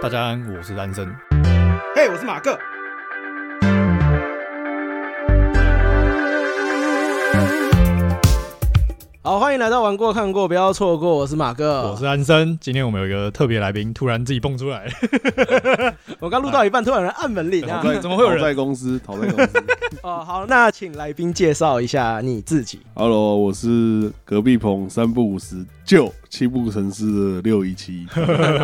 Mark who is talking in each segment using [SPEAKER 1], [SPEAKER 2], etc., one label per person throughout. [SPEAKER 1] 大家安，我是安生。
[SPEAKER 2] 嘿、我是马克。
[SPEAKER 3] 好，欢迎来到玩过看过，不要错过。我是马哥，
[SPEAKER 1] 我是安生。今天我们有一个特别来宾，突然自己蹦出 来，
[SPEAKER 3] 我刚录到一半，突然有人按门铃啊
[SPEAKER 1] 哎我！对怎么会有人
[SPEAKER 4] 在公司？讨在公司。
[SPEAKER 3] 哦，好，那请来宾介绍一下你 自己。
[SPEAKER 4] Hello，我是隔壁棚三不五十就七步成诗的六一七。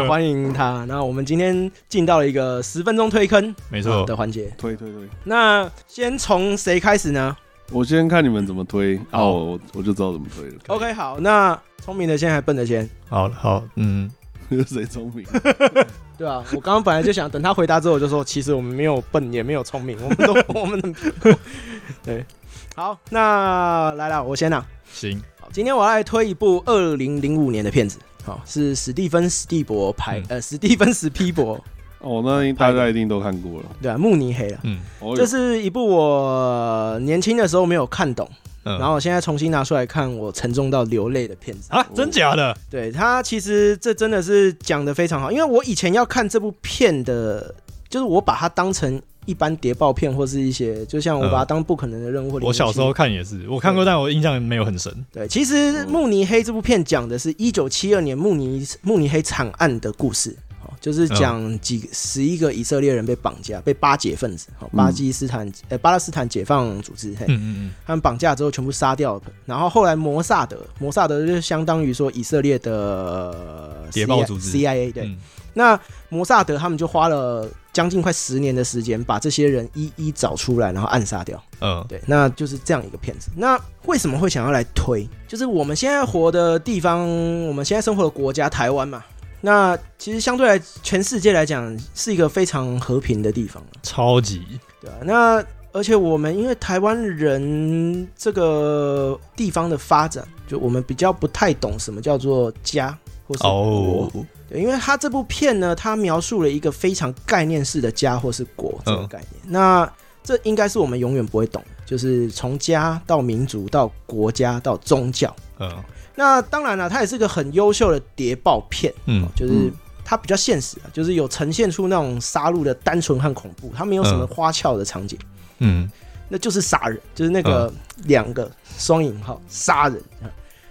[SPEAKER 3] 欢迎他。那我们今天进到了一个十分钟推坑
[SPEAKER 1] 没
[SPEAKER 3] 没
[SPEAKER 1] 错，
[SPEAKER 3] 的环节。
[SPEAKER 4] 推推推！
[SPEAKER 3] 那先从谁开始呢
[SPEAKER 4] 我先看你们怎么推
[SPEAKER 1] 好
[SPEAKER 4] 哦，我我就知道怎么推了。
[SPEAKER 1] 可以
[SPEAKER 3] ？OK，好，那聪明的先还笨的先，
[SPEAKER 1] 好好，嗯，
[SPEAKER 4] 谁聪 明？
[SPEAKER 3] 对啊，我刚刚本来就想等他回答之后，我就说其实我们没有笨，也没有聪明，我们都 我们很对。好，那来了，我先啊啦。
[SPEAKER 1] 行，
[SPEAKER 3] 好，今天我要来推一部二零零五年的片子，好，是史蒂芬史蒂博拍，
[SPEAKER 1] 嗯
[SPEAKER 3] 呃，史蒂芬史皮博，
[SPEAKER 4] 哦，那大家一定都看过了。
[SPEAKER 3] 对啊，慕尼黑了。
[SPEAKER 1] 嗯
[SPEAKER 4] 哦，
[SPEAKER 3] 这是一部我年轻的时候没有看懂，
[SPEAKER 1] 嗯，
[SPEAKER 3] 然后我现在重新拿出来看，我沉重到流泪的片子。
[SPEAKER 1] 啊，真假的，
[SPEAKER 3] 对他其实这真的是讲的非常好，因为我以前要看这部片的，就是我把它当成一般谍报片或是一些，就像我把它当不可能的任务或、
[SPEAKER 1] 嗯我小时候看也是，我看过，
[SPEAKER 3] 对
[SPEAKER 1] 但我印象没有很深。
[SPEAKER 3] 对，其
[SPEAKER 1] 嗯
[SPEAKER 3] 实《慕尼黑》这部片讲的是一九七二年慕尼慕尼黑惨案的故事，哦，就是
[SPEAKER 1] 嗯
[SPEAKER 3] 讲几十一个以色列人被绑架，被巴解分子，哦，巴基斯坦、呃巴勒斯坦解放组织，嘿，
[SPEAKER 1] 嗯嗯
[SPEAKER 3] 他们绑架之后全部杀掉了，然后后来摩萨德，摩萨德就是相当于说以色列的
[SPEAKER 1] 谍报组织
[SPEAKER 3] CIA
[SPEAKER 1] 嗯，
[SPEAKER 3] 对，
[SPEAKER 1] 嗯
[SPEAKER 3] 那摩萨德他们就花了将近快十年的时间，把这些人一一找出来，然后暗杀掉。
[SPEAKER 1] 嗯，
[SPEAKER 3] 对，那就是这样一个片子。那为什么会想要来推？就是我们现在活的地方，我们现在生活的国家台湾嘛。那其实相对来全世界来讲，是一个非常和平的地方了，
[SPEAKER 1] 超级，
[SPEAKER 3] 对吧、那而且我们因为台湾人这个地方的发展，就我们比较不太懂什么叫做家或是国
[SPEAKER 1] 哦，
[SPEAKER 3] 对，因为他这部片呢，他描述了一个非常概念式的家或是国这个概念。那这应该是我们永远不会懂的，就是从家到民族到国家到宗教。
[SPEAKER 1] 嗯
[SPEAKER 3] 那当然了，它也是个很优秀的谍报片，
[SPEAKER 1] 嗯
[SPEAKER 3] 就是
[SPEAKER 4] 嗯
[SPEAKER 3] 它比较现实啊，就是有呈现出那种杀戮的单纯和恐怖，它没有什么
[SPEAKER 1] 嗯
[SPEAKER 3] 花俏的场景，
[SPEAKER 1] 嗯，
[SPEAKER 3] 那就是杀人，就是那个两个双引号杀人。啊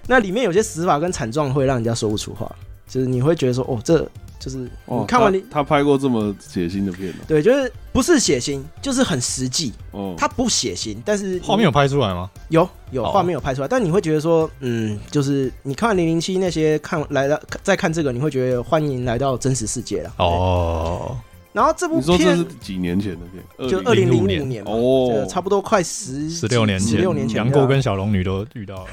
[SPEAKER 3] 那里面有些死法跟惨状会让人家说不出话，就是你会觉得说，哦，这就是
[SPEAKER 4] 哦
[SPEAKER 3] 你看完你
[SPEAKER 4] 他他拍过这么血腥的片
[SPEAKER 3] 对，就是不是血腥，就是很实际。
[SPEAKER 4] 哦。哦，
[SPEAKER 3] 它不血腥，但是
[SPEAKER 1] 画面有拍出来吗？
[SPEAKER 3] 有有
[SPEAKER 1] 哦
[SPEAKER 3] 画面有拍出来，但你会觉得说，嗯，就是你看完零零七那些看来了再看这个，你会觉得欢迎来到真实世界了。
[SPEAKER 1] 哦，
[SPEAKER 3] 对，然后这部
[SPEAKER 4] 你说这是
[SPEAKER 3] 片
[SPEAKER 4] 几年前的片？
[SPEAKER 3] 就二
[SPEAKER 4] 20
[SPEAKER 3] 零零
[SPEAKER 1] 2005
[SPEAKER 3] 五
[SPEAKER 1] 年
[SPEAKER 3] 年嘛，
[SPEAKER 4] 哦
[SPEAKER 3] 这，差不多快十
[SPEAKER 1] 十六年前，
[SPEAKER 3] 十六年前
[SPEAKER 1] 杨
[SPEAKER 3] 对啊
[SPEAKER 1] 过跟小龙女都遇到了，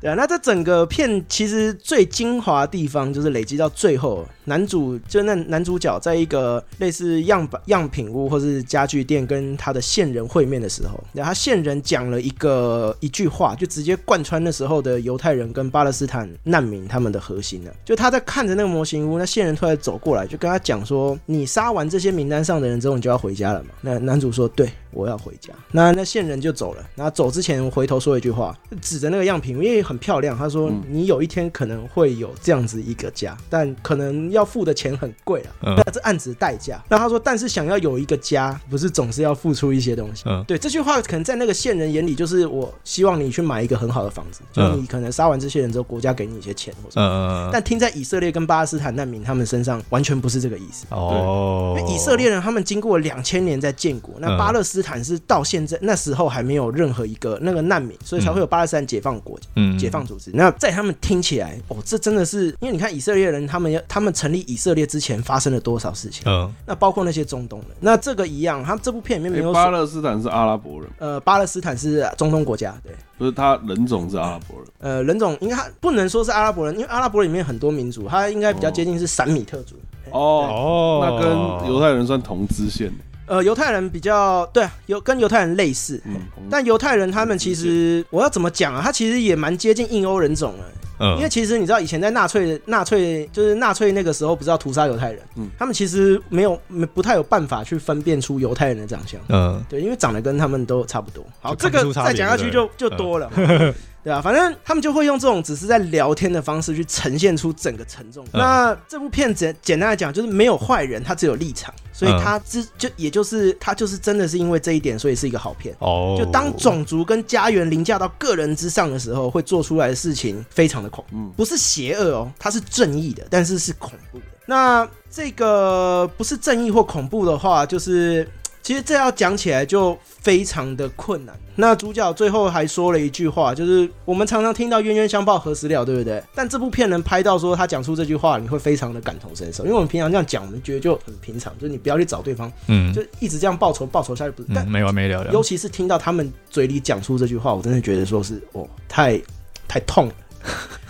[SPEAKER 3] 对啊，那这整个片其实最精华的地方就是累积到最后，男主就那男主角在一个类似样板样品屋或是家具店跟他的线人会面的时候，啊然后他线人讲了一个一句话，就直接贯穿那时候的犹太人跟巴勒斯坦难民他们的核心了、就他在看着那个模型屋，那线人突然走过来，就跟他讲说：“你杀完这些名单上的人之后，你就要回家了嘛？”那男主说：“对，我要回家。”那那线人就走了。那走之前回头说一句话，指着那个样品，因为很漂亮。他说：“
[SPEAKER 4] 嗯
[SPEAKER 3] 你有一天可能会有这样子一个家，但可能要付的钱很贵了。
[SPEAKER 1] 嗯
[SPEAKER 3] 那这案子代价。”那他说：“但是想要有一个家，不是总是要付出一些东西。”
[SPEAKER 1] 嗯
[SPEAKER 3] 对这句话，可能在那个线人眼里，就是我希望你去买一个很好的房子，就是
[SPEAKER 1] 嗯
[SPEAKER 3] 你可能杀完这些人之后，国家给你一些钱或什么。
[SPEAKER 1] 嗯，
[SPEAKER 3] 但听在以色列跟巴勒斯坦难民他们身上，完全不是这个意思。
[SPEAKER 1] 哦
[SPEAKER 3] 因，为以色列人他们经过两千年在建国，那
[SPEAKER 1] 嗯
[SPEAKER 3] 巴勒斯坦是到现在那时候还没有任何一个那个难民，所以才会有巴勒斯坦解放国
[SPEAKER 1] 嗯
[SPEAKER 3] 解放组织。那在他们听起来，哦，这真的是因为你看以色列人他们要他们成立以色列之前发生了多少事情，
[SPEAKER 1] 嗯
[SPEAKER 3] 那包括那些中东人，那这个一样，他这部片里面没有
[SPEAKER 4] 诶
[SPEAKER 3] 说
[SPEAKER 4] 哎巴勒斯坦是阿拉伯人，
[SPEAKER 3] 呃，巴勒斯坦是中东国家，对，
[SPEAKER 4] 不是他人种是阿拉伯人。
[SPEAKER 3] 呃，人种应该他不能说是阿拉伯人，因为阿拉伯里面很多民族，他应该比较接近是闪米特族。
[SPEAKER 4] 哦，
[SPEAKER 1] 哦，
[SPEAKER 4] 那跟犹太人算同支线的。
[SPEAKER 3] 呃，犹太人比较对啊，犹跟犹太人类似，
[SPEAKER 4] 嗯，
[SPEAKER 3] 但犹太人他们其实我要怎么讲啊？他其实也蛮接近印欧人种的，
[SPEAKER 1] 嗯
[SPEAKER 3] 因为其实你知道以前在纳粹纳粹就是纳粹那个时候不是要屠杀犹太人，
[SPEAKER 4] 嗯
[SPEAKER 3] 他们其实没有没不太有办法去分辨出犹太人的长相。
[SPEAKER 1] 嗯
[SPEAKER 3] 对，因为长得跟他们都差不多。好，
[SPEAKER 1] 就
[SPEAKER 3] 这
[SPEAKER 1] 看不
[SPEAKER 3] 个
[SPEAKER 1] 出差别
[SPEAKER 3] 再讲下去就就
[SPEAKER 1] 对嗯
[SPEAKER 3] 多了。 对啊吧、反正他们就会用这种只是在聊天的方式去呈现出整个沉重。
[SPEAKER 1] 嗯
[SPEAKER 3] 那这部片简简单来讲，就是没有坏人，他只有立场，所以
[SPEAKER 1] 嗯
[SPEAKER 3] 他之、就也就是他就是真的是因为这一点，所以是一个好片。
[SPEAKER 1] 哦，
[SPEAKER 3] 就当种族跟家园凌驾到个人之上的时候，会做出来的事情非常的恐怖，
[SPEAKER 4] 嗯
[SPEAKER 3] 不是邪恶哦，它是正义的，但是是恐怖的。那这个不是正义或恐怖的话，就是其实这要讲起来就非常的困难。那主角最后还说了一句话，就是我们常常听到“冤冤相报何时了”，对不对？但这部片能拍到说他讲出这句话，你会非常的感同身受，因为我们平常这样讲，我们觉得就很平常，就是你不要去找对方，
[SPEAKER 1] 嗯
[SPEAKER 3] 就一直这样报仇报仇下去，不是？但
[SPEAKER 1] 嗯没完没了
[SPEAKER 3] 尤
[SPEAKER 1] 的，
[SPEAKER 3] 其是听到他们嘴里讲出这句话，我真的觉得说是哦，太太 痛了。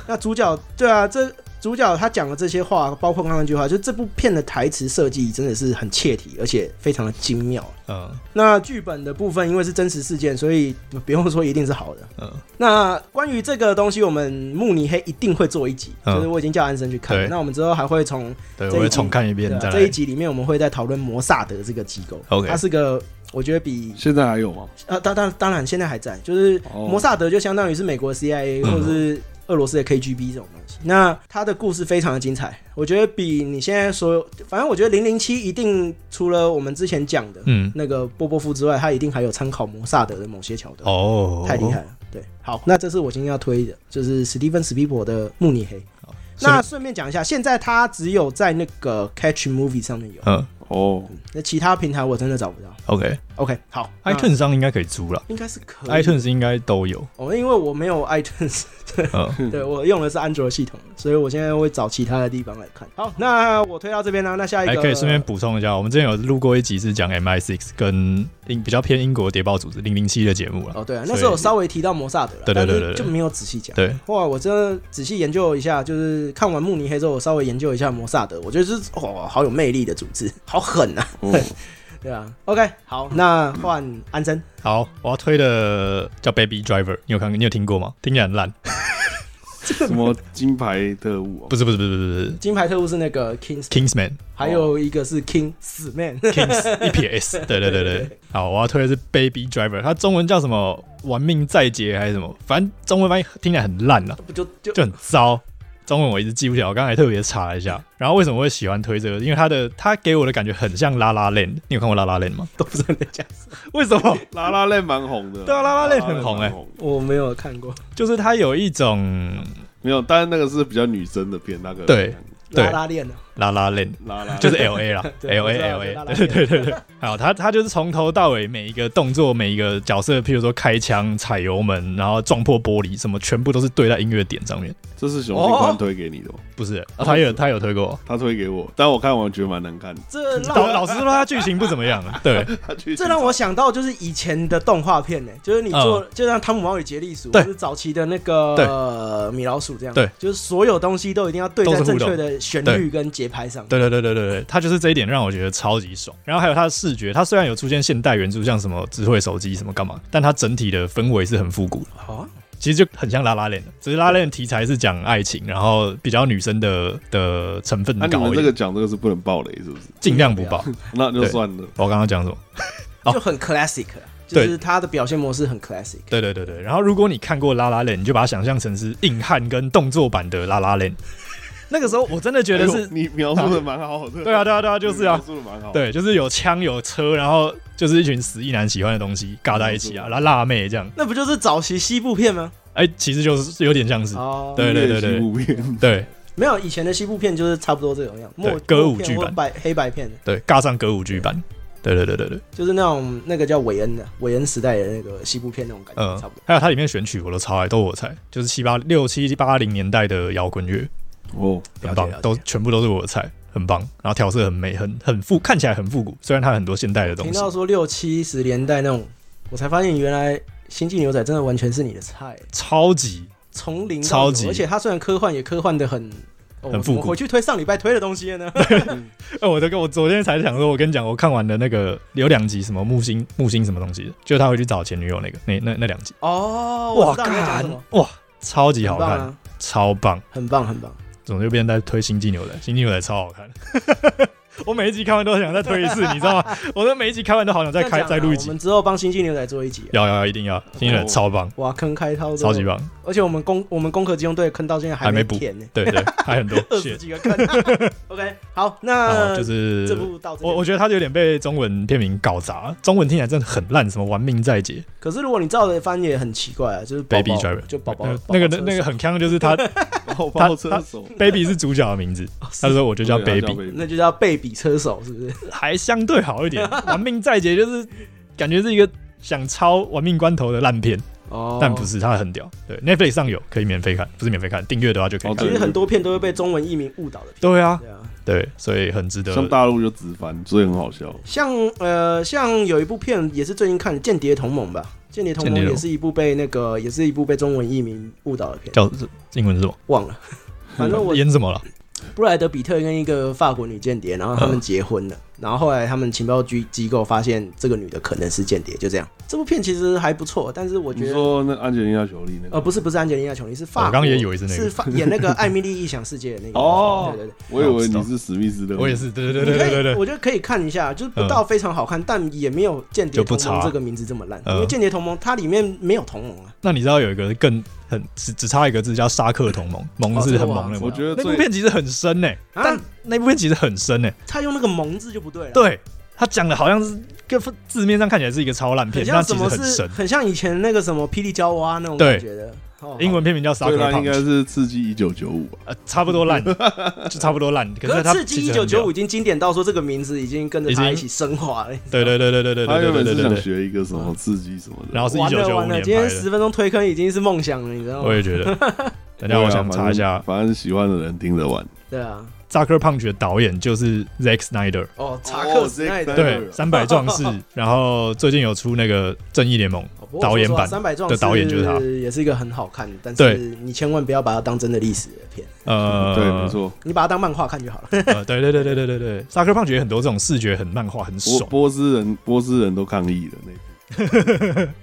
[SPEAKER 3] 那主角对啊，这主角他讲的这些话，包括刚刚那句话，就这部片的台词设计真的是很切题，而且非常的精妙。
[SPEAKER 1] 嗯
[SPEAKER 3] 那剧本的部分，因为是真实事件，所以不不用说一定是好的。
[SPEAKER 1] 嗯，
[SPEAKER 3] 那关于这个东西，我们慕尼黑一定会做一集，
[SPEAKER 1] 嗯
[SPEAKER 3] 就是我已经叫安生去看了。
[SPEAKER 1] 对
[SPEAKER 3] 那我们之后还会从
[SPEAKER 1] 对，
[SPEAKER 3] 这一
[SPEAKER 1] 我会
[SPEAKER 3] 集
[SPEAKER 1] 重看一遍
[SPEAKER 3] 对啊
[SPEAKER 1] 再
[SPEAKER 3] 这一
[SPEAKER 1] 来。
[SPEAKER 3] 集里面，我们会在讨论摩萨德这个机构。
[SPEAKER 1] OK
[SPEAKER 3] 它是个我觉得比
[SPEAKER 4] 现在还有吗？
[SPEAKER 3] 啊，当当当然，现在还在，就是
[SPEAKER 4] 哦
[SPEAKER 3] 摩萨德就相当于是美国 CIA
[SPEAKER 1] 嗯
[SPEAKER 3] 或者是俄罗斯的 KGB 这种东西。那他的故事非常的精彩，我觉得比你现在所有，反正我觉得零零七一定除了我们之前讲的
[SPEAKER 1] 嗯，
[SPEAKER 3] 那个波波夫之外，他一定还有参考摩萨德的某些桥段。
[SPEAKER 1] 哦，
[SPEAKER 3] 太厉害了，对，好，那这是我今天要推的，就是史蒂芬史皮伯的《慕尼黑》。
[SPEAKER 1] 顺
[SPEAKER 3] 那顺便讲一下，现在他只有在那个 Catch Movie 上面有，
[SPEAKER 1] 嗯
[SPEAKER 4] 哦，
[SPEAKER 3] 那其他平台我真的找不到。
[SPEAKER 1] ，OK，iTunes
[SPEAKER 3] OK，好
[SPEAKER 1] 上应该可以租了
[SPEAKER 3] 那应该是可以。
[SPEAKER 1] ，iTunes 应该都有，
[SPEAKER 3] 哦，因为我没有 iTunes，
[SPEAKER 1] 嗯，
[SPEAKER 3] 对我用的是安卓系统，所以我现在会找其他的地方来看。好，那我推到这边啦、那下一
[SPEAKER 1] 还
[SPEAKER 3] 个
[SPEAKER 1] 可以顺便补充一下，我们之前有录过一集是讲 MI6 跟英比较偏英国谍报组织零零七的节目了，
[SPEAKER 3] 哦，对啊，
[SPEAKER 1] 所以
[SPEAKER 3] 那时候我稍微提到摩萨德了，
[SPEAKER 1] 对对对
[SPEAKER 3] 但
[SPEAKER 1] 对对
[SPEAKER 3] 是就没有仔细讲。
[SPEAKER 1] 对，
[SPEAKER 3] 后来我真的仔细研究一下，就是看完慕尼黑之后，我稍微研究一下摩萨德，我觉得就是哦，好有魅力的组织，好狠啊，
[SPEAKER 4] 哦
[SPEAKER 3] 对啊。OK，好，那换安生，
[SPEAKER 1] 好，我要推的叫 Baby Driver，你有看过？你有听过吗？听起来很烂，
[SPEAKER 4] 什么金牌特务哦？
[SPEAKER 1] 不是不是不是不是不是
[SPEAKER 3] 金牌特务是那个 Kings，
[SPEAKER 1] Kingsman
[SPEAKER 3] 还有一个是 King 死 man，
[SPEAKER 1] Kings 一撇 S，对对对对。好，我要推的是 Baby Driver，它中文叫什么？玩命在劫还是什么？反正中文翻译听起来很烂啊，
[SPEAKER 3] 不就就
[SPEAKER 1] 就很糟。中文我一直记不起来，我刚才特别查了一下。然后为什么会喜欢推这个？因为它的它给我的感觉很像拉拉链。你有看过拉拉链吗？
[SPEAKER 3] 都不知道在讲什么，
[SPEAKER 1] 为什么？
[SPEAKER 4] 拉拉链蛮红的，
[SPEAKER 1] 对啊，拉拉链很红哎、
[SPEAKER 4] 蛮
[SPEAKER 3] 我没有看过。
[SPEAKER 1] 就是它有一种
[SPEAKER 4] 没有，但是那个是比较女生的片，那个
[SPEAKER 1] 对对
[SPEAKER 3] 拉拉链呢？啊
[SPEAKER 1] 拉拉链，
[SPEAKER 4] 拉拉
[SPEAKER 1] 就是 L A 啦
[SPEAKER 3] 对
[SPEAKER 1] ，L
[SPEAKER 3] 我
[SPEAKER 1] A
[SPEAKER 3] 知道
[SPEAKER 1] L
[SPEAKER 3] 对拉
[SPEAKER 1] A，
[SPEAKER 3] 拉
[SPEAKER 1] 对
[SPEAKER 3] 链
[SPEAKER 1] 对对对。好，他他就是从头到尾每一个动作、每一个角色，譬如说开枪、踩油门，然后撞破玻璃，什么全部都是对在音乐点上面。
[SPEAKER 4] 这是熊星宽推给你的吗，
[SPEAKER 1] 不是，啊他有他有推过。
[SPEAKER 4] 他推给我，但我看完觉得蛮难 看的。
[SPEAKER 3] 这让
[SPEAKER 1] 老
[SPEAKER 3] 我
[SPEAKER 1] 老实说，他剧情不怎么样。对
[SPEAKER 4] 他去
[SPEAKER 3] 这让我想到就是以前的动画片呢、就是你做、就像汤姆猫与杰利鼠，
[SPEAKER 1] 嗯对
[SPEAKER 3] 或是早期的那个
[SPEAKER 1] 对
[SPEAKER 3] 呃米老鼠这样，
[SPEAKER 1] 对，
[SPEAKER 3] 就是所有东西都一定要对在
[SPEAKER 1] 都是
[SPEAKER 3] 正
[SPEAKER 1] 互动
[SPEAKER 3] 确的旋律跟节拍上。
[SPEAKER 1] 对对对对对对，他就是这一点让我觉得超级爽。然后还有他的视觉，他虽然有出现现代元素，像什么智慧手机什么干嘛，但他整体的氛围是很复古的。
[SPEAKER 3] 好啊，
[SPEAKER 1] 其实就很像拉拉链的，只是拉拉链题材是讲爱情，然后比较女生的的成分
[SPEAKER 4] 啊那你
[SPEAKER 1] 高
[SPEAKER 4] 们
[SPEAKER 1] 一
[SPEAKER 4] 这
[SPEAKER 1] 点
[SPEAKER 4] 个，讲这个是不能爆雷，是不是？
[SPEAKER 1] 尽量不爆。
[SPEAKER 4] 那就
[SPEAKER 1] 对
[SPEAKER 4] 算了。
[SPEAKER 1] 我刚刚讲什么？哦
[SPEAKER 3] 就很 classic，啦就
[SPEAKER 1] 对
[SPEAKER 3] 是它的表现模式很 classic。
[SPEAKER 1] 对对对对。然后如果你看过《拉拉链》，你就把它想象成是硬汉跟动作版的《拉拉链》。 那个时候我真的觉得
[SPEAKER 4] 哎呦
[SPEAKER 1] 是，
[SPEAKER 4] 你描述的蛮好的，
[SPEAKER 1] 对啊对啊对啊，
[SPEAKER 4] 你
[SPEAKER 1] 就是啊
[SPEAKER 4] 描，述的蛮好。，
[SPEAKER 1] 对，就是有枪有车，然后就是一群死意男喜欢的东西尬在一起啊，然后辣妹这样。
[SPEAKER 3] 那不就是早期西部片吗？
[SPEAKER 1] 哎，其实就是有点像是，
[SPEAKER 3] 哦，
[SPEAKER 1] 嗯对对对对
[SPEAKER 4] 西部片，
[SPEAKER 1] 对
[SPEAKER 3] 没有以前的西部片就是差不多这种样，默
[SPEAKER 1] 歌舞
[SPEAKER 3] 默片
[SPEAKER 1] 剧
[SPEAKER 3] 或
[SPEAKER 1] 版
[SPEAKER 3] 白黑白片，
[SPEAKER 1] 对，尬上歌舞剧版。对对对对对，
[SPEAKER 3] 就是那种那个叫韦恩的韦恩时代的那个西部片那种感觉，
[SPEAKER 1] 嗯
[SPEAKER 3] 差不多。，
[SPEAKER 1] 还有它里面选曲我都超爱，都我菜，就是七八六七八零年代的摇滚乐，
[SPEAKER 4] 哦，
[SPEAKER 1] 很
[SPEAKER 3] 了解了
[SPEAKER 1] 棒，
[SPEAKER 3] 解
[SPEAKER 1] 都全部都是我的菜，很棒。然后调色很美，很很复，看起来很复古，虽然它有很多现代的东
[SPEAKER 3] 听
[SPEAKER 1] 西。
[SPEAKER 3] 到说六七十年代那种，我才发现原来《星际牛仔》真的完全是你的菜，
[SPEAKER 1] 超级
[SPEAKER 3] 从零到有
[SPEAKER 1] 超级
[SPEAKER 3] 而且它虽然科幻，也科幻的很。哦
[SPEAKER 1] 很复古
[SPEAKER 3] 我回去推上礼拜推的东西 了呢。
[SPEAKER 1] 哎、我都跟我昨天才想说，我跟你讲，我看完的那个有两集什么木星木星什么东西的，就他回去找前女友那个那那那两集，
[SPEAKER 3] 哦，我
[SPEAKER 1] 哇
[SPEAKER 3] 知道你在讲什么，
[SPEAKER 1] 哇，超级好
[SPEAKER 3] 很棒
[SPEAKER 1] 看，
[SPEAKER 3] 啊，
[SPEAKER 1] 超棒。
[SPEAKER 3] 很棒，很棒。
[SPEAKER 1] 总之就变成在推《星际牛仔》，《星际牛仔》超好看， 我每一集看完都想再推一次，你知道 吗？我的每一集看完都好想再
[SPEAKER 3] 这
[SPEAKER 1] 开
[SPEAKER 3] 样讲
[SPEAKER 1] 再
[SPEAKER 3] 啊
[SPEAKER 1] 录一
[SPEAKER 3] 我
[SPEAKER 1] 集。
[SPEAKER 3] 们之后帮星际牛仔做一集啊、
[SPEAKER 1] 要要要，一定要！新人
[SPEAKER 4] 哦
[SPEAKER 1] 超棒，
[SPEAKER 3] 哇，坑开超多，
[SPEAKER 1] 超级！棒，
[SPEAKER 3] 而且我们攻我们攻壳机动队坑到现在
[SPEAKER 1] 还
[SPEAKER 3] 没
[SPEAKER 1] 没补
[SPEAKER 3] 填呢、
[SPEAKER 1] 对 对，还很多
[SPEAKER 3] 二十
[SPEAKER 1] 谢。
[SPEAKER 3] 几 个坑。OK，好，那、
[SPEAKER 1] 啊，就是
[SPEAKER 3] 这部到这边。
[SPEAKER 1] 我我觉得他有点被中文片名搞砸，中文听起来真的很烂，什么玩命在劫、
[SPEAKER 3] 可是如果你照着翻也很奇怪啊，就是宝
[SPEAKER 1] Baby
[SPEAKER 3] 宝
[SPEAKER 1] Driver，
[SPEAKER 3] 就宝宝
[SPEAKER 1] 那那个那那个
[SPEAKER 3] 很，
[SPEAKER 1] 很坑，就是 他
[SPEAKER 4] 后炮车手，
[SPEAKER 1] Baby 是主角的名字，
[SPEAKER 3] 哦
[SPEAKER 1] 他说我就叫
[SPEAKER 4] 对
[SPEAKER 1] Baby，
[SPEAKER 3] 那就叫贝比车手，是不是？
[SPEAKER 1] 还相对好一 点。玩命在劫就是感觉是一个想抄玩命关头的烂片，
[SPEAKER 3] 哦
[SPEAKER 1] 但不。是，它很屌。对，Netflix 上有可以免费看，不是免费看，订阅的话就可以
[SPEAKER 4] 哦
[SPEAKER 1] 看
[SPEAKER 3] 其
[SPEAKER 4] 对。
[SPEAKER 3] 实很多片都会被中文译名误导的片，
[SPEAKER 1] 对啊，
[SPEAKER 3] 对啊。
[SPEAKER 1] 对，所以很值得。
[SPEAKER 4] 像大陆就直翻，所以很好笑。
[SPEAKER 3] 像呃，像有一部片也是最近看的《间谍同盟》吧，《间谍同
[SPEAKER 1] 间
[SPEAKER 3] 盟
[SPEAKER 1] 谍》同
[SPEAKER 3] 也
[SPEAKER 1] 盟
[SPEAKER 3] 是一部被那个也是一部被中文译名误导的片，
[SPEAKER 1] 叫是英文是什么？
[SPEAKER 3] 忘 了。反正我
[SPEAKER 1] 演什么 了？
[SPEAKER 3] 布莱德比特跟一个法国女间谍，然后他
[SPEAKER 1] 嗯
[SPEAKER 3] 们结婚了，然后后来他们情报局机构发现这个女的可能是间谍，就这样。这部片其实还不错，但是我
[SPEAKER 4] 你
[SPEAKER 3] 觉得。
[SPEAKER 4] 说那安吉丽娜·裘丽那个？
[SPEAKER 3] 呃，不是不是安吉丽娜·裘丽，是法国，
[SPEAKER 1] 我刚刚也以为是那个
[SPEAKER 3] 是法演那个《艾米丽异想世界》的那个。
[SPEAKER 4] 哦
[SPEAKER 3] 对对对，
[SPEAKER 4] 我以为你是史密斯的。
[SPEAKER 1] 我也。是，对对对对对对
[SPEAKER 3] 你可以
[SPEAKER 1] 对。
[SPEAKER 3] 我觉得可以看一下，就是不到非常好看，但也没有《间谍
[SPEAKER 1] 嗯就不
[SPEAKER 3] 同盟
[SPEAKER 1] 差》
[SPEAKER 3] 这个名字这么烂，
[SPEAKER 1] 嗯
[SPEAKER 3] 因为《间谍同盟》它里面没有同盟啊。
[SPEAKER 1] 那你知道有一个更很只只差一个字叫沙克同盟，盟是
[SPEAKER 3] 哦
[SPEAKER 1] 很萌的
[SPEAKER 4] 我
[SPEAKER 1] 盟。
[SPEAKER 4] 觉得
[SPEAKER 1] 那部
[SPEAKER 4] 最
[SPEAKER 1] 片其实很深呢、
[SPEAKER 3] 啊
[SPEAKER 1] 但那部片其实很深呢、
[SPEAKER 3] 他用那个“蒙”字就不对了，，
[SPEAKER 1] 对他讲的好像是跟字面上看起来是一个超烂
[SPEAKER 3] 很
[SPEAKER 1] 片，
[SPEAKER 3] 像
[SPEAKER 1] 但其
[SPEAKER 3] 什
[SPEAKER 1] 实
[SPEAKER 3] 么
[SPEAKER 1] 很
[SPEAKER 3] 是哦
[SPEAKER 1] 深。
[SPEAKER 3] 很像以前那个什么《霹雳娇娃》那种
[SPEAKER 1] 对
[SPEAKER 3] 感觉的。哦
[SPEAKER 1] 英文片名叫沙
[SPEAKER 4] 所以
[SPEAKER 1] 克
[SPEAKER 4] 他应该
[SPEAKER 1] Punch，
[SPEAKER 4] 是刺激一九九五啊吧？
[SPEAKER 1] 呃，差不多 烂，就差不多烂。可
[SPEAKER 3] 可
[SPEAKER 1] 是
[SPEAKER 3] 是
[SPEAKER 1] 他
[SPEAKER 3] 刺激
[SPEAKER 1] 其
[SPEAKER 3] 一
[SPEAKER 1] 实
[SPEAKER 3] 九
[SPEAKER 1] 很屌
[SPEAKER 3] 九五已经经典到说这个名字已经跟着
[SPEAKER 1] 已
[SPEAKER 3] 他
[SPEAKER 1] 经
[SPEAKER 3] 一起升华了。
[SPEAKER 1] 对对对对对对
[SPEAKER 4] 他
[SPEAKER 1] 对
[SPEAKER 4] 原
[SPEAKER 1] 对
[SPEAKER 4] 本
[SPEAKER 1] 对
[SPEAKER 4] 是
[SPEAKER 1] 对
[SPEAKER 4] 想
[SPEAKER 1] 对。
[SPEAKER 4] 学一个什么刺激什么的。
[SPEAKER 1] 然 后是一
[SPEAKER 3] 完
[SPEAKER 1] 九
[SPEAKER 3] 了
[SPEAKER 1] 九五
[SPEAKER 3] 完了，
[SPEAKER 1] 年
[SPEAKER 3] 今天
[SPEAKER 1] 拍
[SPEAKER 3] 十
[SPEAKER 1] 的，
[SPEAKER 3] 分钟推坑已经是梦想了，你知道
[SPEAKER 1] 我
[SPEAKER 3] 吗？
[SPEAKER 1] 也觉 得。等一下我想查一下，
[SPEAKER 4] 啊反正喜欢的人听得完。
[SPEAKER 3] 对啊，
[SPEAKER 1] 扎克胖的导演就是 Zack Snyder，
[SPEAKER 3] 哦，查
[SPEAKER 4] 哦
[SPEAKER 3] 克斯奈
[SPEAKER 4] Zack
[SPEAKER 3] 德
[SPEAKER 4] Snyder
[SPEAKER 1] 对，三百壮士，然后最近有出那个《正义联盟》，
[SPEAKER 3] 哦不过
[SPEAKER 1] 导演版
[SPEAKER 3] 三百壮
[SPEAKER 1] 的导演就是他
[SPEAKER 3] 也是一个很好看，但
[SPEAKER 1] 对
[SPEAKER 3] 是你千万不要把它当真的历史的片，
[SPEAKER 1] 呃，
[SPEAKER 4] 对，没错。
[SPEAKER 3] 你把它当漫画看就好了。
[SPEAKER 1] 呃，对对对对对对对，萨克胖觉很多这种视觉很漫画很
[SPEAKER 4] 波
[SPEAKER 1] 爽，
[SPEAKER 4] 波斯人，波斯人都抗议了那部。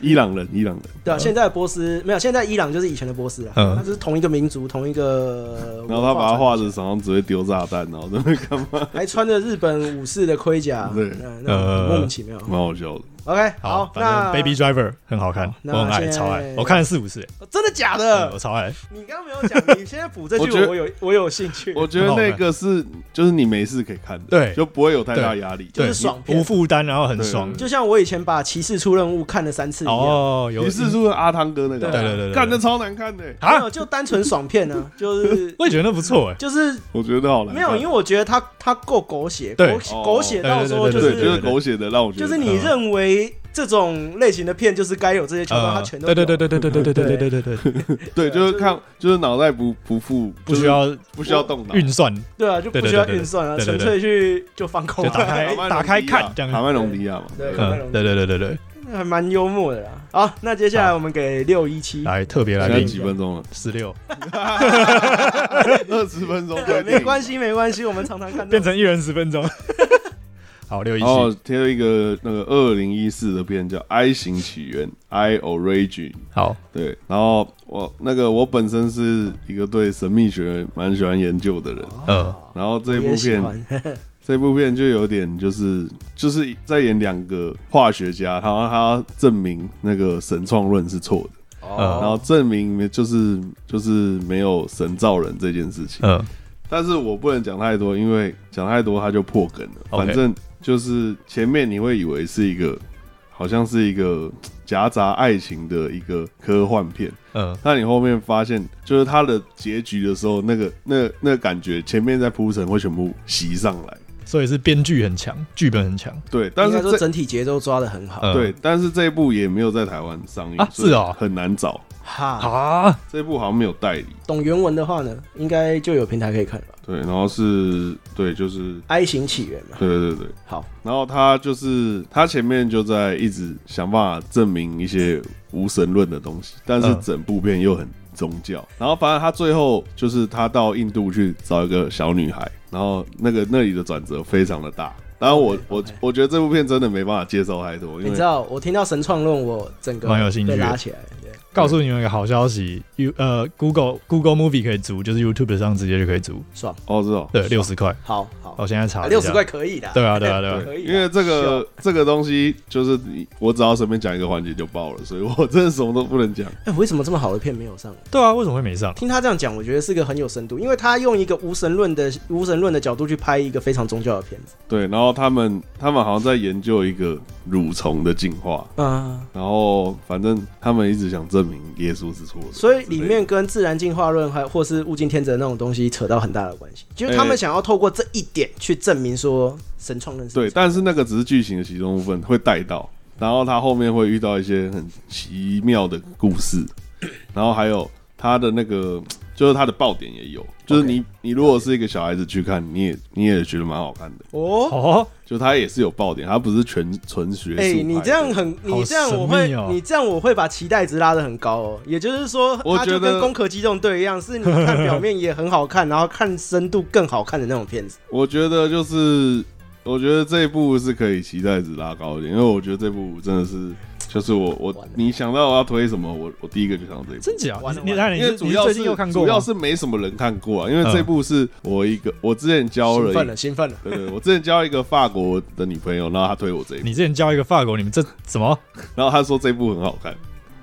[SPEAKER 4] 伊朗人，伊朗人，
[SPEAKER 3] 对啊，
[SPEAKER 1] 嗯
[SPEAKER 3] 现在的波斯没有，现在伊朗就是以前的波斯了，
[SPEAKER 1] 嗯
[SPEAKER 3] 它就是同一个民族，同一个文化传统。
[SPEAKER 4] 然后他把他画的手上只会丢炸弹，然后在那边干嘛？
[SPEAKER 3] 还穿着日本武士的盔甲，
[SPEAKER 4] 对
[SPEAKER 3] 嗯那种莫名其妙。
[SPEAKER 4] 蛮好 笑的。
[SPEAKER 3] OK，
[SPEAKER 1] 好，
[SPEAKER 3] 好，那
[SPEAKER 1] 反正 Baby Driver 很好看，
[SPEAKER 3] 那
[SPEAKER 1] 我很爱，
[SPEAKER 3] 现在
[SPEAKER 1] 超爱，我看了四五次，
[SPEAKER 3] 真的假
[SPEAKER 1] 嗯
[SPEAKER 3] 的
[SPEAKER 1] 我？超爱，
[SPEAKER 3] 你刚刚没有讲，你现在补这
[SPEAKER 4] 我觉
[SPEAKER 3] 句，
[SPEAKER 4] 得
[SPEAKER 3] 我有我有兴趣，
[SPEAKER 4] 我觉得那个是就是你没事可以看的，
[SPEAKER 1] 对
[SPEAKER 4] 就不会有太大压力。
[SPEAKER 3] 就
[SPEAKER 1] 对
[SPEAKER 3] 是爽
[SPEAKER 1] 无
[SPEAKER 3] 片。
[SPEAKER 1] 负担，然后很爽
[SPEAKER 4] 对，
[SPEAKER 3] 就像我以像我以前把《骑士出任务》看了三次一样，
[SPEAKER 1] 哦，有
[SPEAKER 4] 你是说阿汤哥那
[SPEAKER 1] 对
[SPEAKER 4] 个？
[SPEAKER 1] 对对对，对
[SPEAKER 4] 干的超难看的，
[SPEAKER 3] 没
[SPEAKER 1] 啊，
[SPEAKER 3] 有就单纯爽片呢， 就是
[SPEAKER 1] 我也觉得那不错哎，
[SPEAKER 3] 就是
[SPEAKER 4] 我觉得好难看。
[SPEAKER 3] 没有，因为我觉得他他够狗血，
[SPEAKER 1] 对
[SPEAKER 3] 狗血
[SPEAKER 4] 哦
[SPEAKER 3] 狗血到说就
[SPEAKER 4] 对，嗯就是是狗血的，让我觉
[SPEAKER 3] 就
[SPEAKER 4] 得
[SPEAKER 3] 是你认为这种类型的片就是该有这些桥
[SPEAKER 4] 嗯
[SPEAKER 3] 段，他
[SPEAKER 1] 呃，
[SPEAKER 3] 全
[SPEAKER 1] 对
[SPEAKER 3] 都
[SPEAKER 1] 对对
[SPEAKER 3] 有
[SPEAKER 1] 对对对对对对对对对对，
[SPEAKER 4] 对，就是看就是脑袋不不付，
[SPEAKER 1] 不需要
[SPEAKER 4] 不需要动脑，
[SPEAKER 1] 运算，
[SPEAKER 3] 对啊，就不需要运算了，
[SPEAKER 1] 对
[SPEAKER 3] 纯
[SPEAKER 1] 对对
[SPEAKER 3] 粹去就放空啊
[SPEAKER 1] 就打
[SPEAKER 3] 了，
[SPEAKER 1] 开打开看这样
[SPEAKER 4] 卡麦隆迪亚嘛，
[SPEAKER 3] 对
[SPEAKER 4] 对
[SPEAKER 1] 嗯，对对对对对，
[SPEAKER 3] 还蛮幽默的啦。好，那接下来我们给六一七，
[SPEAKER 1] 来特别来
[SPEAKER 4] 现在
[SPEAKER 1] 宾
[SPEAKER 4] 几分钟了？
[SPEAKER 1] 十六，
[SPEAKER 4] 二十分钟，
[SPEAKER 3] 没关
[SPEAKER 4] 系。
[SPEAKER 3] 系没关系，我们常常看到
[SPEAKER 1] 变成一人十分钟，好六一
[SPEAKER 4] 然后
[SPEAKER 1] 七，
[SPEAKER 4] 贴了一个那个二零一四的片叫《I 型起源》（I Origin）。
[SPEAKER 1] 好，
[SPEAKER 4] 对，然后我那个我本身是一个对神秘学蛮喜欢研究的人，
[SPEAKER 1] 呃，
[SPEAKER 4] 然后这
[SPEAKER 3] 哦也
[SPEAKER 4] 部
[SPEAKER 3] 喜
[SPEAKER 4] 片
[SPEAKER 3] 欢，
[SPEAKER 4] 这部片就有点就是就是在演两个化学家，然后他证明那个神创论是错的，
[SPEAKER 1] 哦
[SPEAKER 4] 然后证明就是就是没有神造人这件事情。
[SPEAKER 1] 嗯，
[SPEAKER 4] 但是我不能讲太多，因为讲太多它就破梗了。
[SPEAKER 1] OK
[SPEAKER 4] 反正就是前面你会以为是一个，好像是一个夹杂爱情的一个科幻片，
[SPEAKER 1] 嗯，
[SPEAKER 4] 但你后面发现，就是它的结局的时候，那个那那感觉前面在铺陈会全部袭上来。
[SPEAKER 1] 所以是编剧很强，剧本很强，
[SPEAKER 4] 对，但
[SPEAKER 3] 应
[SPEAKER 4] 是
[SPEAKER 3] 该说
[SPEAKER 4] 这
[SPEAKER 3] 整体节奏抓的很好。
[SPEAKER 1] 嗯
[SPEAKER 4] 对，但是这一部也没有在台湾上映
[SPEAKER 1] 啊
[SPEAKER 4] 所以
[SPEAKER 1] 是哦
[SPEAKER 4] 很难找。
[SPEAKER 3] 哈，
[SPEAKER 1] 啊，
[SPEAKER 4] 这一部好像没有代理。
[SPEAKER 3] 懂原文的话呢，应该就有平台可以看了吧。
[SPEAKER 4] 对，然后是，对，就是，
[SPEAKER 3] I 型起源嘛，
[SPEAKER 4] 对对对。
[SPEAKER 3] 好，
[SPEAKER 4] 然后他就是他前面就在一直想办法证明一些无神论的东西，但是
[SPEAKER 1] 嗯
[SPEAKER 4] 整部片又很宗教。然后反正他最后就是他到印度去找一个小女孩，然后那个那里的转折非常的大。然后
[SPEAKER 1] 哦
[SPEAKER 4] 我我
[SPEAKER 3] OK，OK
[SPEAKER 4] 我觉得这部片真的没办法介绍太多，
[SPEAKER 3] 你
[SPEAKER 4] 因
[SPEAKER 3] 知
[SPEAKER 4] 为
[SPEAKER 3] 道我听到神创论，我整个
[SPEAKER 1] 蛮有兴趣
[SPEAKER 3] 被
[SPEAKER 1] 的
[SPEAKER 3] 拉起来，对，
[SPEAKER 1] 告诉你们一个好消息，You 呃 Google Google Movie 可以租，就是 YouTube 上直接就可以租，
[SPEAKER 3] 爽，
[SPEAKER 4] 哦，知道。
[SPEAKER 1] 对，六十块。
[SPEAKER 3] 好好
[SPEAKER 1] 我，现在查了一下
[SPEAKER 3] 六十块，可以的，
[SPEAKER 1] 对啊对啊对啊
[SPEAKER 3] 可以啦，
[SPEAKER 4] 因为这个这个东西就是你，我只要随便讲一个环节就爆了，所以我真的什么都不能讲。
[SPEAKER 3] 哎，为什么这么好的片没有上？
[SPEAKER 1] 对啊，为什么会没上？
[SPEAKER 3] 听他这样讲，我觉得是个很有深度，因为他用一个无神论的无神论的角度去拍一个非常宗教的片子。
[SPEAKER 4] 对，然后他们他们好像在研究一个蠕虫的进化，
[SPEAKER 3] 嗯，
[SPEAKER 4] 然后反正他们一直想证明耶稣是错的，
[SPEAKER 3] 所以里面跟自然进化论还有或是物竞天择那种东西扯到很大的关系，就是他们
[SPEAKER 4] 哎
[SPEAKER 3] 想要透过这一点去证明说神创论是
[SPEAKER 4] 对，
[SPEAKER 3] 真的
[SPEAKER 4] 但是那个只是剧情的其中部分会带到，然后他后面会遇到一些很奇妙的故事，然后还有他的那个就是他的爆点也有，就是你你如果是一个小孩子去看，你也你也觉得蛮好看的，
[SPEAKER 3] 哦。
[SPEAKER 1] 哦，
[SPEAKER 4] 就他也是有爆点，他不是全纯学术派
[SPEAKER 3] 哎、
[SPEAKER 4] 的。
[SPEAKER 3] 你这样很，你这样我
[SPEAKER 1] 好神
[SPEAKER 3] 会
[SPEAKER 1] 秘哦，
[SPEAKER 3] 你这样我会把期待值拉得很高哦。也就是说，
[SPEAKER 4] 我
[SPEAKER 3] 它就
[SPEAKER 4] 觉得
[SPEAKER 3] 跟《攻壳机动队》一样，是你看表面也很好看，然后看深度更好看的那种片子。
[SPEAKER 4] 我觉得就是，我觉得这一部是可以期待值拉高一点，因为我觉得这部真的是，就是我
[SPEAKER 3] 完
[SPEAKER 4] 我
[SPEAKER 3] 了
[SPEAKER 4] 你想到我要推什么，我我第一个就想到这一部。
[SPEAKER 1] 真假？
[SPEAKER 3] 完了
[SPEAKER 1] 你你
[SPEAKER 3] 完
[SPEAKER 1] 你
[SPEAKER 4] 因为
[SPEAKER 1] 是
[SPEAKER 4] 主
[SPEAKER 1] 你是
[SPEAKER 4] 要
[SPEAKER 1] 最
[SPEAKER 4] 是
[SPEAKER 1] 近又看过
[SPEAKER 4] 主
[SPEAKER 1] 吗？
[SPEAKER 4] 要是没什么人看过啊，因为这部是我一个我之前交
[SPEAKER 3] 兴
[SPEAKER 4] 了
[SPEAKER 3] 奋
[SPEAKER 4] 一个
[SPEAKER 1] 嗯
[SPEAKER 3] 了，，兴奋了。
[SPEAKER 4] 对对，我之前交一个法国的女朋友，然后她推我这一部，
[SPEAKER 1] 你之前教一个法国，你们这怎么？
[SPEAKER 4] 然后她说这部很好看，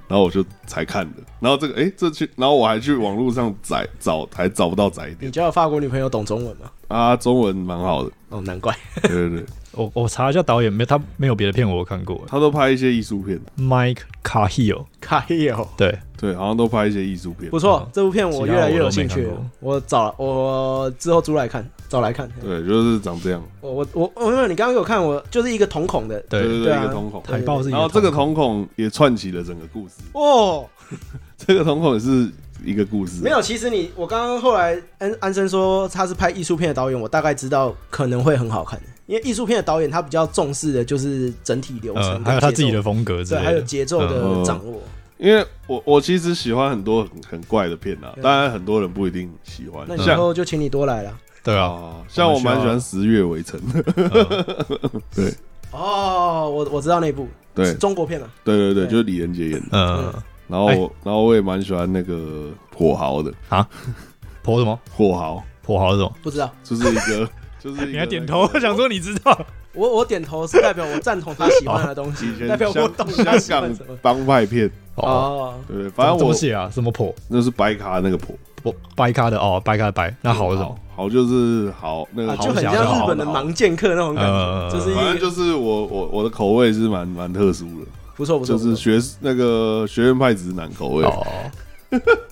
[SPEAKER 4] 然后我就才看的，然后这个哎这去，然后我还去网络上载找，还找不到载
[SPEAKER 3] 你
[SPEAKER 4] 点
[SPEAKER 3] 交的法国女朋友懂中文吗？
[SPEAKER 4] 啊，中文蛮好的，
[SPEAKER 3] 哦，难怪。
[SPEAKER 4] 对对对，
[SPEAKER 1] 我我查一下导演，没他没有别的片我有看过。
[SPEAKER 4] 他都拍一些艺术片，
[SPEAKER 1] Mike Cahill，
[SPEAKER 3] 卡友，
[SPEAKER 1] 对，
[SPEAKER 4] 对，好像都拍一些艺术片
[SPEAKER 3] 不，错，这部片我越来越有兴
[SPEAKER 1] 嗯其
[SPEAKER 3] 趣
[SPEAKER 1] 他我都没
[SPEAKER 3] 了
[SPEAKER 1] 看。
[SPEAKER 3] 我找我之后租来看，找来看。
[SPEAKER 4] 对，就是长这样。
[SPEAKER 3] 我我我我没有，你刚刚给我看，我就是一个瞳孔的
[SPEAKER 1] 对
[SPEAKER 4] 对
[SPEAKER 3] 对
[SPEAKER 4] 对，
[SPEAKER 3] 啊
[SPEAKER 4] 一个瞳孔。
[SPEAKER 1] 海报是一
[SPEAKER 4] 呃然后这个
[SPEAKER 1] 瞳孔
[SPEAKER 4] 瞳孔也串起了整个故事，
[SPEAKER 3] 哦。
[SPEAKER 4] 这个瞳孔也是一个故事。啊
[SPEAKER 3] 没有，其实你我刚刚后来安安生说他是拍艺术片的导演，我大概知道可能会很好看的，因为艺术片的导演他比较重视的就是整体流程
[SPEAKER 1] 呃，
[SPEAKER 3] 跟节奏、
[SPEAKER 1] 还有他自己的风格之
[SPEAKER 3] 对，
[SPEAKER 1] 类的，
[SPEAKER 3] 还有节奏
[SPEAKER 4] 嗯
[SPEAKER 3] 的掌握。
[SPEAKER 4] 因为我我其实喜欢很多很很怪的片啊，
[SPEAKER 3] 对
[SPEAKER 4] 当然很多人不一定喜欢
[SPEAKER 3] 那。你以
[SPEAKER 4] 像
[SPEAKER 3] 后就请你多来了。
[SPEAKER 1] 对啊，
[SPEAKER 4] 啊，像我蛮喜欢《十月围城》的。
[SPEAKER 3] 哦，我我知道那部
[SPEAKER 4] 对
[SPEAKER 3] 是中国片啊，
[SPEAKER 4] 对对对，
[SPEAKER 3] 对
[SPEAKER 4] 就是李连杰演的。
[SPEAKER 1] 嗯，
[SPEAKER 4] 然后我然后我也蛮喜欢那个火豪的
[SPEAKER 1] 婆什么
[SPEAKER 4] 火豪，
[SPEAKER 1] 婆好是什么？
[SPEAKER 3] 不知道。
[SPEAKER 4] 就是一个就是一个
[SPEAKER 1] 你还点头，我想说你知道，
[SPEAKER 3] 我我点头是代表我赞同他喜欢的东西
[SPEAKER 4] 以，前
[SPEAKER 3] 代表我懂他
[SPEAKER 4] 香
[SPEAKER 3] 喜欢
[SPEAKER 4] 香
[SPEAKER 3] 什么
[SPEAKER 4] 港。帮派片，
[SPEAKER 1] 哦，
[SPEAKER 3] 哦，
[SPEAKER 4] 对对，
[SPEAKER 1] 反
[SPEAKER 4] 反正
[SPEAKER 1] 正怎
[SPEAKER 4] 我
[SPEAKER 1] 么写啊？什么婆
[SPEAKER 4] 那是白卡那个婆，
[SPEAKER 1] 婆白咖的哦，白咖的白，那好是什
[SPEAKER 3] 哦
[SPEAKER 1] 么？
[SPEAKER 4] 好就是好那个
[SPEAKER 3] 啊
[SPEAKER 4] 好
[SPEAKER 3] 就很
[SPEAKER 1] 小
[SPEAKER 3] 像
[SPEAKER 1] 的
[SPEAKER 3] 日本的
[SPEAKER 4] 好
[SPEAKER 3] 盲剑客那种感觉，
[SPEAKER 1] 呃
[SPEAKER 3] 就是
[SPEAKER 4] 反
[SPEAKER 3] 一
[SPEAKER 4] 正
[SPEAKER 3] 个
[SPEAKER 4] 就是我我我的口味是蛮蛮特殊的，
[SPEAKER 3] 不错不错，
[SPEAKER 4] 就
[SPEAKER 3] 不
[SPEAKER 4] 是
[SPEAKER 3] 错
[SPEAKER 4] 学那个学院派直男口味。
[SPEAKER 1] 哦，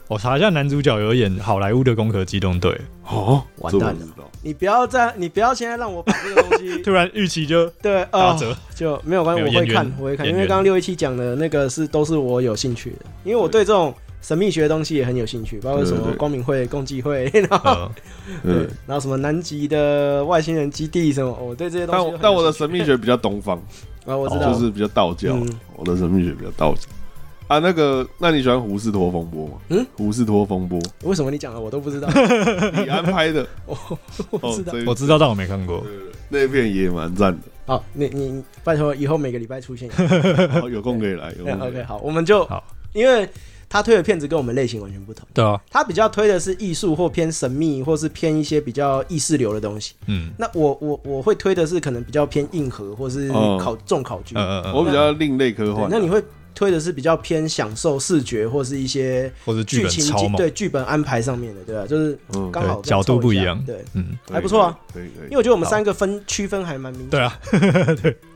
[SPEAKER 1] 我查一下，男主角有演好莱坞的《攻壳机动队
[SPEAKER 4] 哦，
[SPEAKER 3] 完
[SPEAKER 4] 这我
[SPEAKER 3] 蛋
[SPEAKER 4] 不
[SPEAKER 3] 了
[SPEAKER 4] 知道。
[SPEAKER 3] 你不要再你不要现在让我把这个东》，西
[SPEAKER 1] 突然预期就
[SPEAKER 3] 对
[SPEAKER 1] 打
[SPEAKER 3] 啊
[SPEAKER 1] 折。
[SPEAKER 3] 就没有关系，
[SPEAKER 1] 没
[SPEAKER 3] 我
[SPEAKER 1] 有
[SPEAKER 3] 会
[SPEAKER 1] 演
[SPEAKER 3] 看
[SPEAKER 1] 员
[SPEAKER 3] 我会看，
[SPEAKER 1] 演
[SPEAKER 3] 因为
[SPEAKER 1] 员
[SPEAKER 3] 刚刚六一七讲的那个是都是我有兴趣的，因为我对这种神秘学的东西也很有兴趣，包括什
[SPEAKER 4] 对对
[SPEAKER 3] 么
[SPEAKER 4] 对
[SPEAKER 3] 光明会、共济会，然后
[SPEAKER 1] 嗯，
[SPEAKER 4] 对，
[SPEAKER 3] 然后什么南极的外星人基地什么，我对这些东西
[SPEAKER 4] 但
[SPEAKER 3] 都
[SPEAKER 4] 我
[SPEAKER 3] 很
[SPEAKER 4] 但
[SPEAKER 3] 有
[SPEAKER 4] 我的
[SPEAKER 3] 兴
[SPEAKER 4] 神秘学比较东方，
[SPEAKER 3] 趣啊我 知道
[SPEAKER 4] 就是比较道教
[SPEAKER 3] 嗯。
[SPEAKER 4] 我的神秘学比较道教。啊，那个，那你喜欢胡适托风波吗？
[SPEAKER 3] 嗯，
[SPEAKER 4] 胡适托 风波，
[SPEAKER 3] 为什么你讲的我都不知 道，
[SPEAKER 4] 你安排的
[SPEAKER 3] 我不
[SPEAKER 4] 哦
[SPEAKER 3] 知，道
[SPEAKER 4] 这一
[SPEAKER 1] 呃我知道，但我没看过。
[SPEAKER 4] 那片也蛮赞的，
[SPEAKER 3] 好，你你拜托以后每个礼拜出现一个。
[SPEAKER 4] 好哦有空可以来，有空可以
[SPEAKER 3] OK，
[SPEAKER 4] 来。
[SPEAKER 3] 好，我们就
[SPEAKER 1] 好
[SPEAKER 3] 因为他推的片子跟我们类型完全不同，
[SPEAKER 1] 对啊，
[SPEAKER 3] 他比较推的是艺术或偏神秘，或是偏一些比较意识流的东西。
[SPEAKER 1] 嗯
[SPEAKER 3] 那我我我会推的是可能比较偏硬核或是
[SPEAKER 4] 哦
[SPEAKER 3] 考、重考剧、
[SPEAKER 1] 嗯嗯嗯，
[SPEAKER 4] 我比较另类科
[SPEAKER 3] 对
[SPEAKER 4] 幻，啊
[SPEAKER 3] 那你会推的是比较偏享受视觉或是一些
[SPEAKER 1] 或者剧
[SPEAKER 3] 剧
[SPEAKER 1] 本
[SPEAKER 3] 情
[SPEAKER 1] 超
[SPEAKER 3] 经
[SPEAKER 1] 猛，
[SPEAKER 3] 对剧本安排上面的，对吧、就是
[SPEAKER 4] 嗯
[SPEAKER 3] 刚好
[SPEAKER 1] 对
[SPEAKER 3] 这
[SPEAKER 1] 角
[SPEAKER 3] 样
[SPEAKER 1] 度
[SPEAKER 3] 凑
[SPEAKER 1] 不一
[SPEAKER 3] 下
[SPEAKER 1] 样
[SPEAKER 3] 对，
[SPEAKER 1] 嗯，
[SPEAKER 4] 可以
[SPEAKER 3] 还不错啊，
[SPEAKER 4] 可以可以
[SPEAKER 3] 因为。我觉得我们
[SPEAKER 1] 好
[SPEAKER 3] 三个分区分还蛮明显。
[SPEAKER 1] 对啊，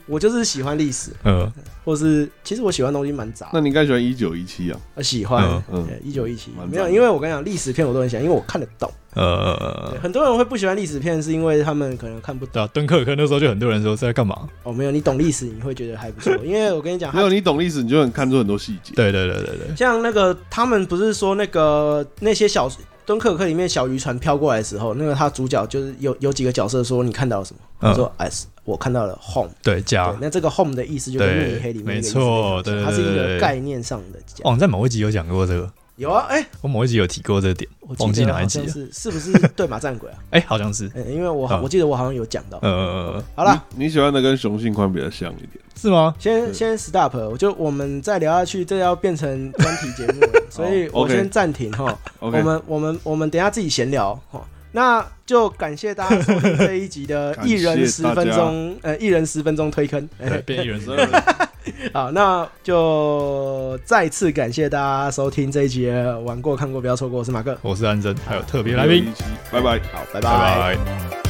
[SPEAKER 3] 我就是喜欢历史，
[SPEAKER 1] 嗯
[SPEAKER 3] 或是其实我喜欢的东西蛮杂的
[SPEAKER 4] 那你应该喜欢一九一七啊，
[SPEAKER 3] 呃，喜欢
[SPEAKER 1] 嗯，
[SPEAKER 4] 嗯
[SPEAKER 3] 一九一七
[SPEAKER 4] 蛮
[SPEAKER 3] 没有，
[SPEAKER 4] 赞的
[SPEAKER 3] 因为我跟你讲，历史片我都很喜欢，因为我看得懂。对
[SPEAKER 1] 呃，
[SPEAKER 3] 很多人会不喜欢历史片，是因为他们可能看不懂。
[SPEAKER 1] 对啊，敦刻尔克那时候就很多人说在干嘛？
[SPEAKER 3] 哦，没有，你懂历史，你会觉得 还不错。因为我跟你讲，
[SPEAKER 4] 没有
[SPEAKER 3] 他
[SPEAKER 4] 你懂历史，你就能看出很多细节。
[SPEAKER 1] 对对对对对，
[SPEAKER 3] 像那个他们不是说那个那些小敦刻尔克里面小渔船飘过来的时候，那个他主角就是有有几个角色说你看到了什么？他
[SPEAKER 1] 嗯，
[SPEAKER 3] 说哎，是我看到了 home。
[SPEAKER 1] 对
[SPEAKER 3] 对
[SPEAKER 1] 加，
[SPEAKER 3] 那这个 home 的意思就是
[SPEAKER 1] 对
[SPEAKER 3] 密黑里面那个
[SPEAKER 1] 没
[SPEAKER 3] 意思
[SPEAKER 1] 错
[SPEAKER 3] 那种
[SPEAKER 1] 对对哦
[SPEAKER 3] 它是一
[SPEAKER 1] 对对
[SPEAKER 3] 个
[SPEAKER 1] 对
[SPEAKER 3] 概念上的讲。
[SPEAKER 1] 网站某一集有讲过这个，
[SPEAKER 3] 有啊，哎、
[SPEAKER 1] 我某一集有提过这点，
[SPEAKER 3] 我
[SPEAKER 1] 忘记
[SPEAKER 3] 记得
[SPEAKER 1] 哪一
[SPEAKER 3] 好
[SPEAKER 1] 集
[SPEAKER 3] 像
[SPEAKER 1] 了
[SPEAKER 3] 是是不是对马战鬼啊？
[SPEAKER 1] 哎、好像是，
[SPEAKER 3] 嗯、因为我、
[SPEAKER 1] 嗯
[SPEAKER 3] 我记得我好像有讲到。
[SPEAKER 1] 呃，
[SPEAKER 3] 好了，
[SPEAKER 4] 你你喜欢的跟雄性宽比较像一点，
[SPEAKER 1] 是吗？
[SPEAKER 3] 先
[SPEAKER 4] 对
[SPEAKER 3] 先 stop，我就我们再聊下去，这要变成专题节目 了，所以我
[SPEAKER 4] OK
[SPEAKER 3] 先暂停哈。
[SPEAKER 4] OK
[SPEAKER 3] 我们我们我们等一下自己闲聊哈。那就感谢大家收听这一集的
[SPEAKER 4] 感
[SPEAKER 3] 一
[SPEAKER 4] 谢
[SPEAKER 3] 人十分钟，呃，一人十分钟推坑。
[SPEAKER 1] 对，变异人生。
[SPEAKER 3] 好，那就再次感谢大家收听这一集的玩过看过不要错过，我是马克，
[SPEAKER 1] 我是安生，还有特别来宾，
[SPEAKER 4] 拜拜。
[SPEAKER 3] 好，
[SPEAKER 1] 拜拜。